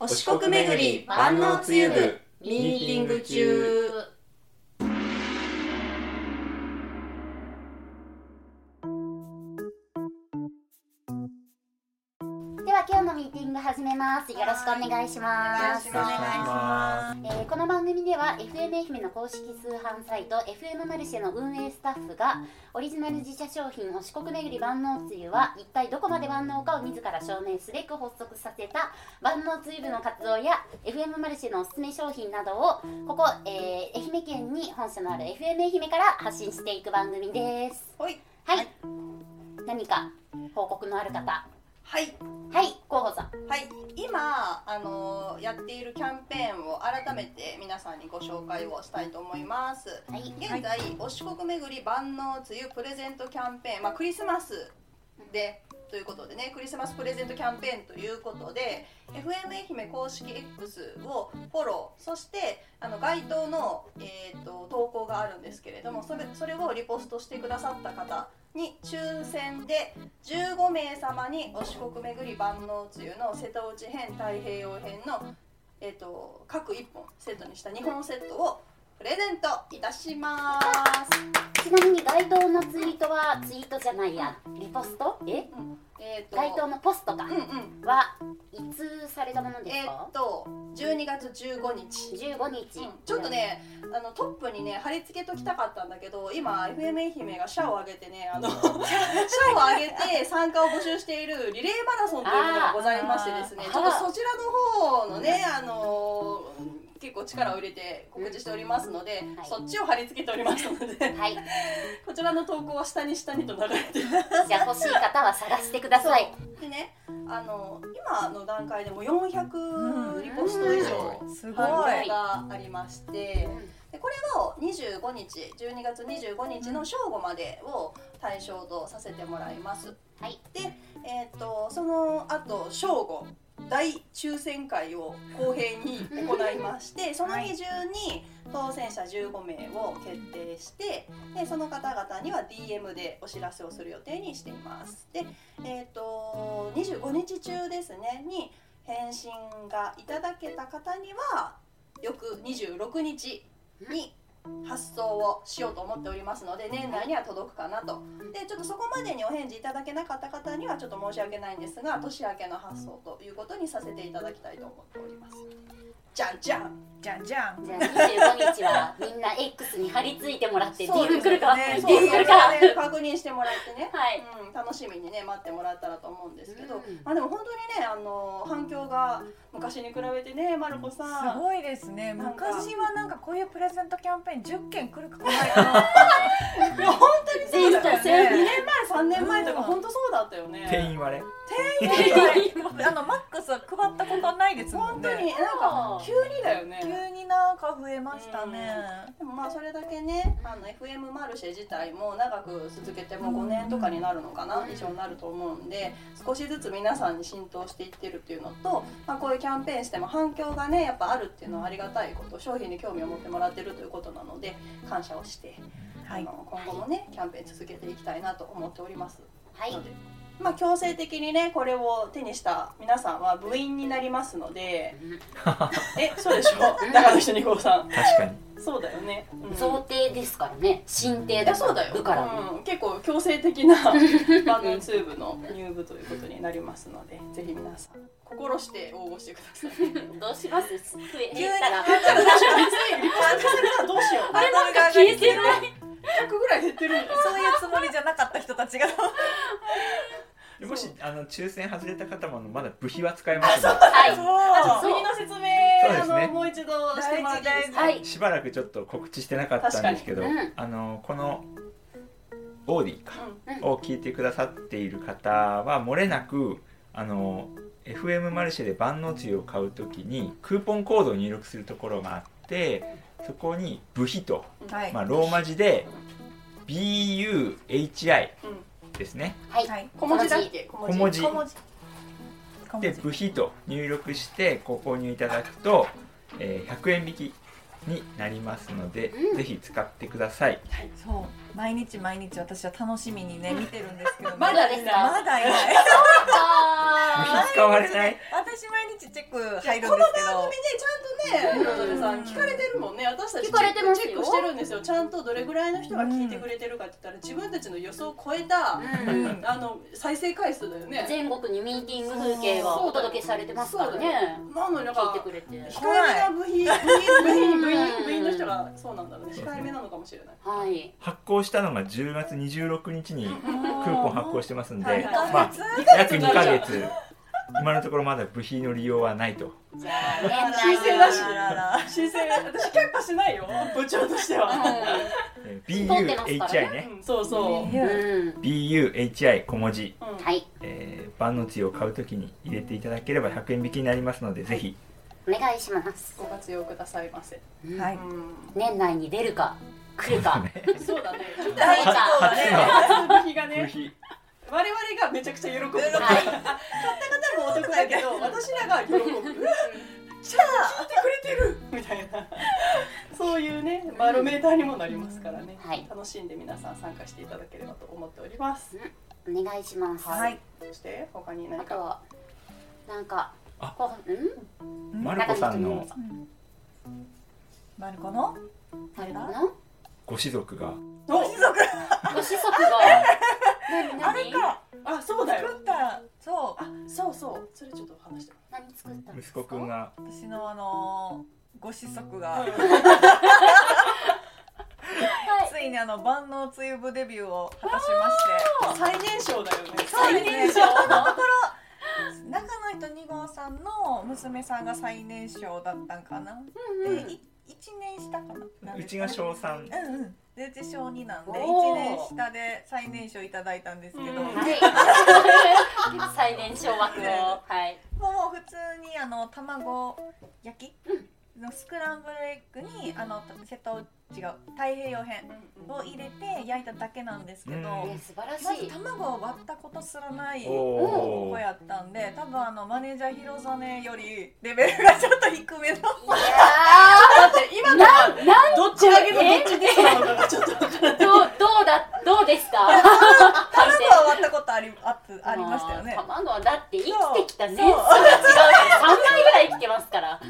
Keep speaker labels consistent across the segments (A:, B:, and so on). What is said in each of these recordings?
A: お四国巡り万能つゆ部ミーティング中
B: では今日のミーティング始めますよろしくお願いします
A: お願いしま
B: えーこの番組では FM 愛媛の公式通販サイト FM マルシェの運営スタッフがオリジナル自社商品お四国巡り万能つゆは一体どこまで万能かを自ら証明すべく発足させた万能つゆ部の活動や FM マルシェのおすすめ商品などをここ、えー愛媛県に本社のある FM 愛媛から発信していく番組です
A: はい
B: はい、
A: はい
B: 何か報告のある方は
A: はい、
B: い候補さん
A: はい、今、あのーやっているキャンペーンを改めて皆さんにご紹介をしたいと思います
B: はい
A: 現在、お四国巡り万能つゆプレゼントキャンペーン、まあ、クリスマスでということでねクリスマスプレゼントキャンペーンということで FM 愛媛公式 X をフォローそしてあの該当の、えー、と投稿があるんですけれどもそれそれをリポストしてくださった方に抽選で15名様にお四国巡り万能つゆの瀬戸内編太平洋編の、えー、と各1本セットにした2本セットをプレゼントいたします。
B: ちなみに該当のツイートはツイートじゃないやリポストえ
A: えー、と
B: 該当のポストか
A: うんうん
B: はいつされたもので
A: え
B: す
A: ー
B: か
A: っ、と12月15日、
B: 15日、
A: ちょっとねあのトップにね貼り付けときたかったんだけど今 FM 愛媛がシャを上げてね あのシャを上げて参加を募集しているリレーマラソンというものがございましてですね
B: あー
A: ちょっとそちらの方のねあの結構力を入れて告知しておりますので、
B: はい
A: そっちを貼り付けておりますので
B: はい
A: こちらの投稿は下に下にと流れて
B: じゃあ欲しい方は探してください
A: でねあの今の段階でも400リポスト以上
C: すごい。
A: 反応がありましてでこれを25日12月25日の正午までを対象とさせてもらいます。
B: はい
A: で、えー、とその後正午大抽選会を公平に行いましてその日中に当選者15名を決定してでその方々には DM でお知らせをする予定にしています。で、えー、と25日中ですねに返信がいただけた方には翌26日に発送をしようと思っておりますので年内には届くかなとでちょっとそこまでにお返事いただけなかった方にはちょっと申し訳ないんですが年明けの発送ということにさせていただきたいと思っておりますじゃんじゃん
C: じゃんじゃん。
B: じゃあ25日はみんな X に貼り付いてもらって DM 来るか、
A: ね
B: DM
A: そうそう
B: 来るか
A: それで確認してもらってね
B: はい
A: うん、楽しみにね待ってもらったらと思うんですけど、
B: うん
A: まあでも本当にねあの反響が昔に比べてねまる子さん
C: すごいですね。
A: なんか
C: 昔はなんかこういうプレゼントキャンペーン10件来るか来ないか。
A: いや 本当にそうだよ
C: 全
A: ね。
C: 然
A: 二年前三年前とか本当そうだったよね。
D: 店員割れ
C: あのマックスは配ったことないですも
A: 本
C: ん
A: 当
C: ね。
A: になんか急にだよね。
C: 急になんか増えましたね。
A: でもまあそれだけね、あの FM マルシェ自体も長く続けても5年とかになるのかな、
B: うん
A: 以上になると思うんで少しずつ皆さんに浸透していってるっていうのと、まあ、こういうキャンペーンしても反響がねやっぱあるっていうのはありがたいこと商品に興味を持ってもらってるということなので感謝をして、
C: は
A: あ
C: い。
A: の今後もねキャンペーン続けていきたいなと思っております。
B: はい
A: のでまあ、強制的にねこれを手にした皆さんは部員になりますのでえそうでしょ
B: うん
A: 中の人にこうさん
D: 確かに
A: そうだよね、うん、
B: 贈呈ですからね新呈
A: い
B: だ
A: や
B: か
A: そう
B: ら
A: だよ、
B: 部から、
A: うん、結構強制的 なバンドツーブの入部ということになりますのでぜひ皆さん心して応募してください 急に
B: どうします増え
C: 急に
B: たら
A: リポートされたらどうしよう
C: あれなんか
B: 消えてない
A: 100ぐらい減ってるんだよ
C: そういうつもりじゃなかった人たちが。
D: で もしあの抽選外れた方もあのまだ部費は使えますの
B: はい
C: そ
A: 国の説明、
D: そうですね
A: あのもう一度してもらっていいですか
B: はい
D: でしばらくちょっと告知してなかったんですけど、
B: 確かにうん
D: あのこのオーディか
A: うん
D: を聞いてくださっている方は漏れなくあの FM マルシェで万能つゆを買うときにクーポンコードを入力するところがあってそこに「部費」と、
C: う。はい。
D: ま
C: は
D: あ、ローマ字で「BUHI
A: うん」
D: ですね
B: はい、
C: い。
A: 小文字だっけ
D: 小文字
C: 小文字。小
D: で
C: 文字
D: 部費と入力してご購入いただくと、えー100円引きになりますので、
B: うん
D: ぜひ使ってください
C: そう。毎日毎日私は楽しみにね見てるんですけど、
A: まだですか
C: まだいない
B: あ
D: 使われない
C: 私毎日チェック入るんですけど
A: ちゃんとね、ブ
C: うん
A: ロドさん聞かれてるもんね。私たち
B: 聞かれてますよ
A: チェックしてるんですよ。ちゃんとどれぐらいの人が聞いてくれてるかって言ったら、自分たちの予想を超えた、
B: ー
C: うん
A: あの再生回数だよ
B: うん
A: ね。
B: 全国にミーティング風景はお届けされてますから
A: そうだ
B: ね
A: なのになん
B: 聞いて
A: か
B: くれて
A: 控えめな部品、部品、部品、部品の人がそうなんだろうね。
D: そうですね
A: 控えめなのかもしれない。
B: はい
D: 発行したのが10月26日に
B: ク
D: クーポン発行してますんで、
A: はいはい
D: まあ
A: 二ヶ
D: 約
A: 月
D: 2
A: かかる
D: ヶ
A: じゃん
D: 月今のところまだ部費の利用はないと
B: じゃあね
A: 申請だし
C: あらあら
A: 申請、私却下しないよ。部長としては。
D: え
B: 取ってますから
D: BUHI ね
A: うんそうそう。
B: うんうん
D: BUHI 小文字、
A: うん
B: はい
D: えー、万能つゆを買うときに入れていただければ100円引きになりますのでぜひ
B: お願いします
A: ご活用くださいませ。、
C: はいう
A: ん
B: 年内に出るか来るか
A: そうだね。ちょっと
C: 第一号は
D: 初
C: ね
D: の
A: 初の部品が
D: 部
A: ね。
D: 費
A: 我々がめちゃくちゃ喜ぶ買っ
C: 喜ぶ
A: た
B: はい
A: 方もお得だけ ど私らが喜ぶじゃあ聞いてくれてるみたいなそういうねバロメーターにもなりますからね、
B: はい
A: 楽しんで皆さん参加していただければと思っております
B: お願いします、
C: はい、
A: そして他に
B: あ
A: 何
B: と
A: か
B: はなんか
D: あ
B: こううん
D: マルコさんの
C: マルコの
B: あれか
C: 誰だ
B: な
D: ご子族が
A: お
C: 貴族
B: ご子息が何
C: あれ
B: 何
C: か
A: あそうだよ
C: 作ったそう
A: あそうそうそれちょっと話しても
B: 何作ったんで
D: 息
B: すか
D: 子くんが
C: 私のあのーご子息
A: ら
C: が
A: う
B: はい
C: ついにあの万能つゆ部デビューを果たし
A: 最年少だよね
C: そうですね
A: だ
C: まして中の人2号さんの娘さんが最年少だったんかな、
B: うんうん
C: でい一年下かな
D: うちが小3
C: うんうんでうち小2なんで
B: お
C: 1
B: ー
C: 年下で最年少いただいたんですけど、
A: うん
C: もう
B: はい 最年少枠をはい
C: もう普通にあの卵焼きのスクランブルエッグにあの瀬戸内が太平洋編を入れて焼いただけなんですけど、
D: うん
B: ね素晴らし
C: まず
B: い
C: 卵を割ったことすらない
D: お
C: 子
D: ー
C: やったんで多分あのマネージャー広実よりレベルがちょっと 低めの
A: って今のは
B: なん
A: どっち上げとどっちディスなのか がちょっと分からない
B: どうどうだどうですか
C: 卵は割ったことありあつありましたよね
B: あー卵はだって生きてきた年数が
C: そう
B: 違うから3回ぐらい生きてますから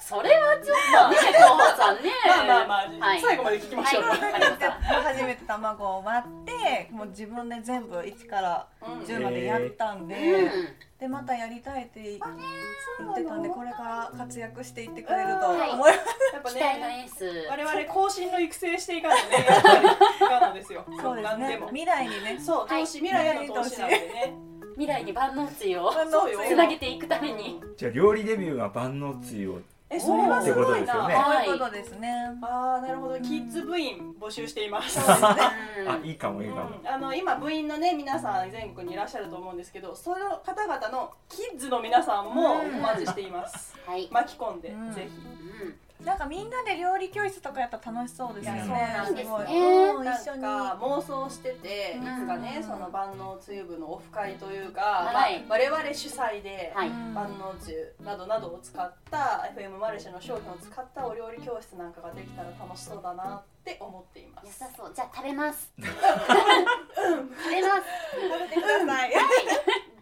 B: それはちょっとね候補さんね
A: まあまあまあ、
B: はい
A: 最後まで聞きましょうよ、
B: はいわかりまし
C: で
B: た
C: 初めて卵を割ってもう自分で全部一から
A: うん
C: 10までやったんで、
B: うん
C: でまたやりたいって言ってたんでこれから活躍していってくれると
A: うん
C: 思い
B: はい
C: ます、
A: やっぱ
B: 期待の
A: ね
B: エース
A: 我々後進の育成していかないとねやっぱりいかんのですよ
C: そうです
A: 何
C: ね
A: も
C: 未来にね
A: そう
B: はい
A: 投資未来への投資なんでね
B: 未来に万能つゆを
C: 万
A: そ
C: 能
A: うよ
C: つ
B: つ
C: ゆ
B: なげていくために
D: じゃあ料理デビューが万能つゆを
A: えそれはすごいな、
D: ってことですよね
A: あ
C: そういうことですね、
A: あーなるほどキッズ部員募集しています、
C: そうですね
D: あいいかも
A: う
D: いいかも、
A: ん、あの今部員のね皆さん全国にいらっしゃると思うんですけどその方々のキッズの皆さんもお待ちしています、
B: はい、
A: 巻き込んで、
C: うん
A: ぜ
B: うん
C: なんかみんなで料理教室とかやったら楽しそうですよね。
D: いや
B: そうなんですね
C: ごいうん
A: ひ
C: 一
A: なん
C: 緒に。
A: か妄想しててい
B: うん
A: つかねその万能つゆ部のオフ会というか、
B: はい
A: まあ、我々主催で、
B: はい
A: 万能つゆなどなどを使った FM マルシェの商品を使ったお料理教室なんかができたら楽しそうだなって思っていま
B: 良
A: す
B: さそうじゃあ食べます食べます
C: 食べてください。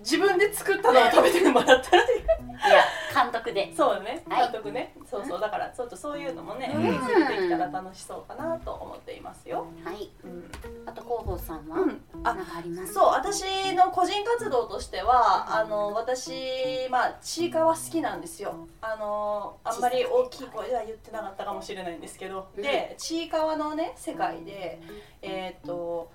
A: 自分で作ったのを食べてもらったらいい
B: いや監督で
A: そうだね
B: はい
A: 監督ね、そうそうだからちょっとそういうのもね、
D: う
A: うんん、できたら楽しそうかなと思っていますよ、
B: はい
A: うん
B: あと広報さんは
A: うんあ
B: なんかあります
A: そう私の個人活動としてはあの私まあちいかわ好きなんですよあのあんまり大きい声では言ってなかったかもしれないんですけどでちいかわのね世界でえーっと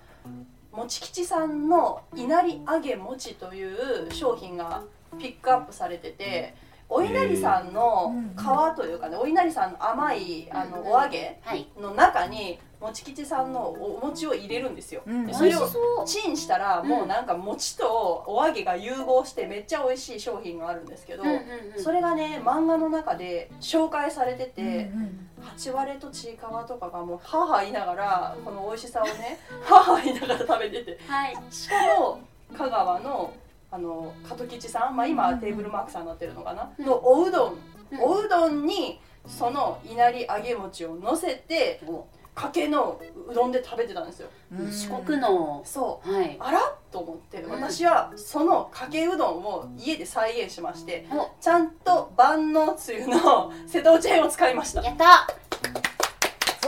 A: もち吉さんのいなり揚げもちという商品がピックアップされててお稲荷さんの皮というかねお稲荷さんの甘いあのお揚げ
B: はい
A: の中にもち吉さんのお餅を入れるんですよ。
C: うん
A: でそ
B: 美味
A: れ
B: し
A: を
B: そう
A: チンしたらもうなんか餅とお揚げが融合してめっちゃ美味しい商品があるんですけど、
B: うんうんうん
A: それがね漫画の中で紹介されてて、
C: うん
A: 八割とちいかわとかがもう母言いながらこの美味しさをね 母言いながら食べてて
B: はい
A: しかも香川のあの加藤吉さん、まあ、今はテーブルマークさんになってるのかな、
B: うん
A: のおうどん、
B: うん
A: おうどんにそのいなり揚げ餅をのせて
B: お
A: かけのうどんで食べてたんですよ
C: うん
B: 四国の、
A: そ
B: はい、
A: あらと思って
B: うん
A: 私はそのかけうどんを家で再現しまして
B: お
A: ちゃんと万能つゆの 瀬戸内編を使いました
B: やった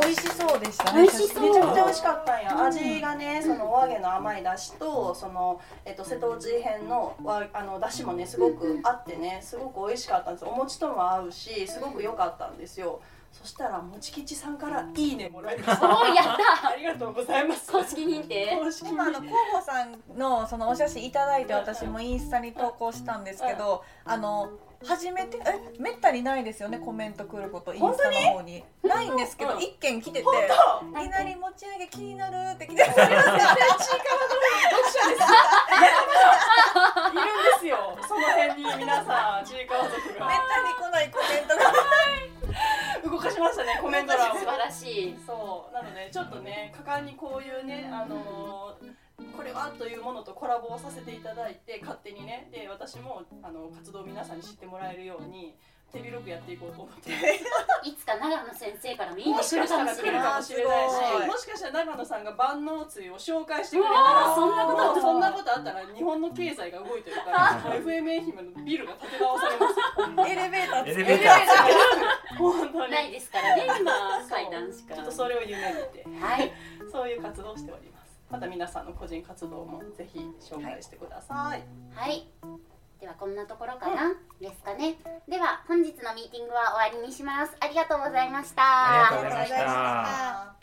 C: 美味しそうでしたね。
B: 美味しそう
A: めちゃくちゃ美味しかったん
B: うん
A: や味がねそのお揚げの甘いだしとその、えっと、瀬戸内編のわあのだしもねすごく合ってねすごく美味しかったんですお餅とも合うしすごく良かったんですよそしたらもち吉さんから「いいね」もらいました
B: おやった
A: ありがとうございます
B: 公式認定
A: 公式
C: 今あの候補さんのそのお写真いただいて私もインスタに投稿したんですけど、あの初めてえめったにないですよねコメント来ることインスタの方にないんですけ
A: う
C: ど
A: ん
C: 一件来てて
A: 本当
C: 「いきなり持ち上げ気になる」って来 てたんですよ
A: いるんですよその辺に皆さんちいかわ族
C: めっ
A: が
C: たに来ないコメントが
A: 動かしましたねコメント欄を
B: 素晴らしい
A: そうなのでちょっとね果敢にこういうねあのーこれはというものとコラボをさせていただいて勝手にねで私もあの活動を皆さんに知ってもらえるように手広くやっていこうと思って
B: いつか長野先生から見に
A: も
B: 来
A: し
B: る
A: かした
B: からも
A: 来
B: し
A: る
B: れ
A: か
B: な
A: も
B: い
A: しれない
C: すごい
A: しもしかしたら長野さんが万能つゆを紹介して
B: う
A: く
B: わ
A: れた
B: ー
A: ら
B: そんなことあ
A: も
B: る
A: うそんなことあったら日本の経済が動いてるから FM 愛媛のビルが建て直されます
C: エレベーターつ
D: エレベーター
A: よ本当に
B: ないですからね今
A: そう
B: 階段しか
A: ちょっとそれを夢見て
B: はい
A: そういう活動をしております。また皆さんの個人活動もぜひ紹介してください。
B: はい。ではこんなところかな、ですかね。では本日のミーティングは終わりにします。ありがとうございました。
D: ありがとうございました
C: ありがとうございました
A: あー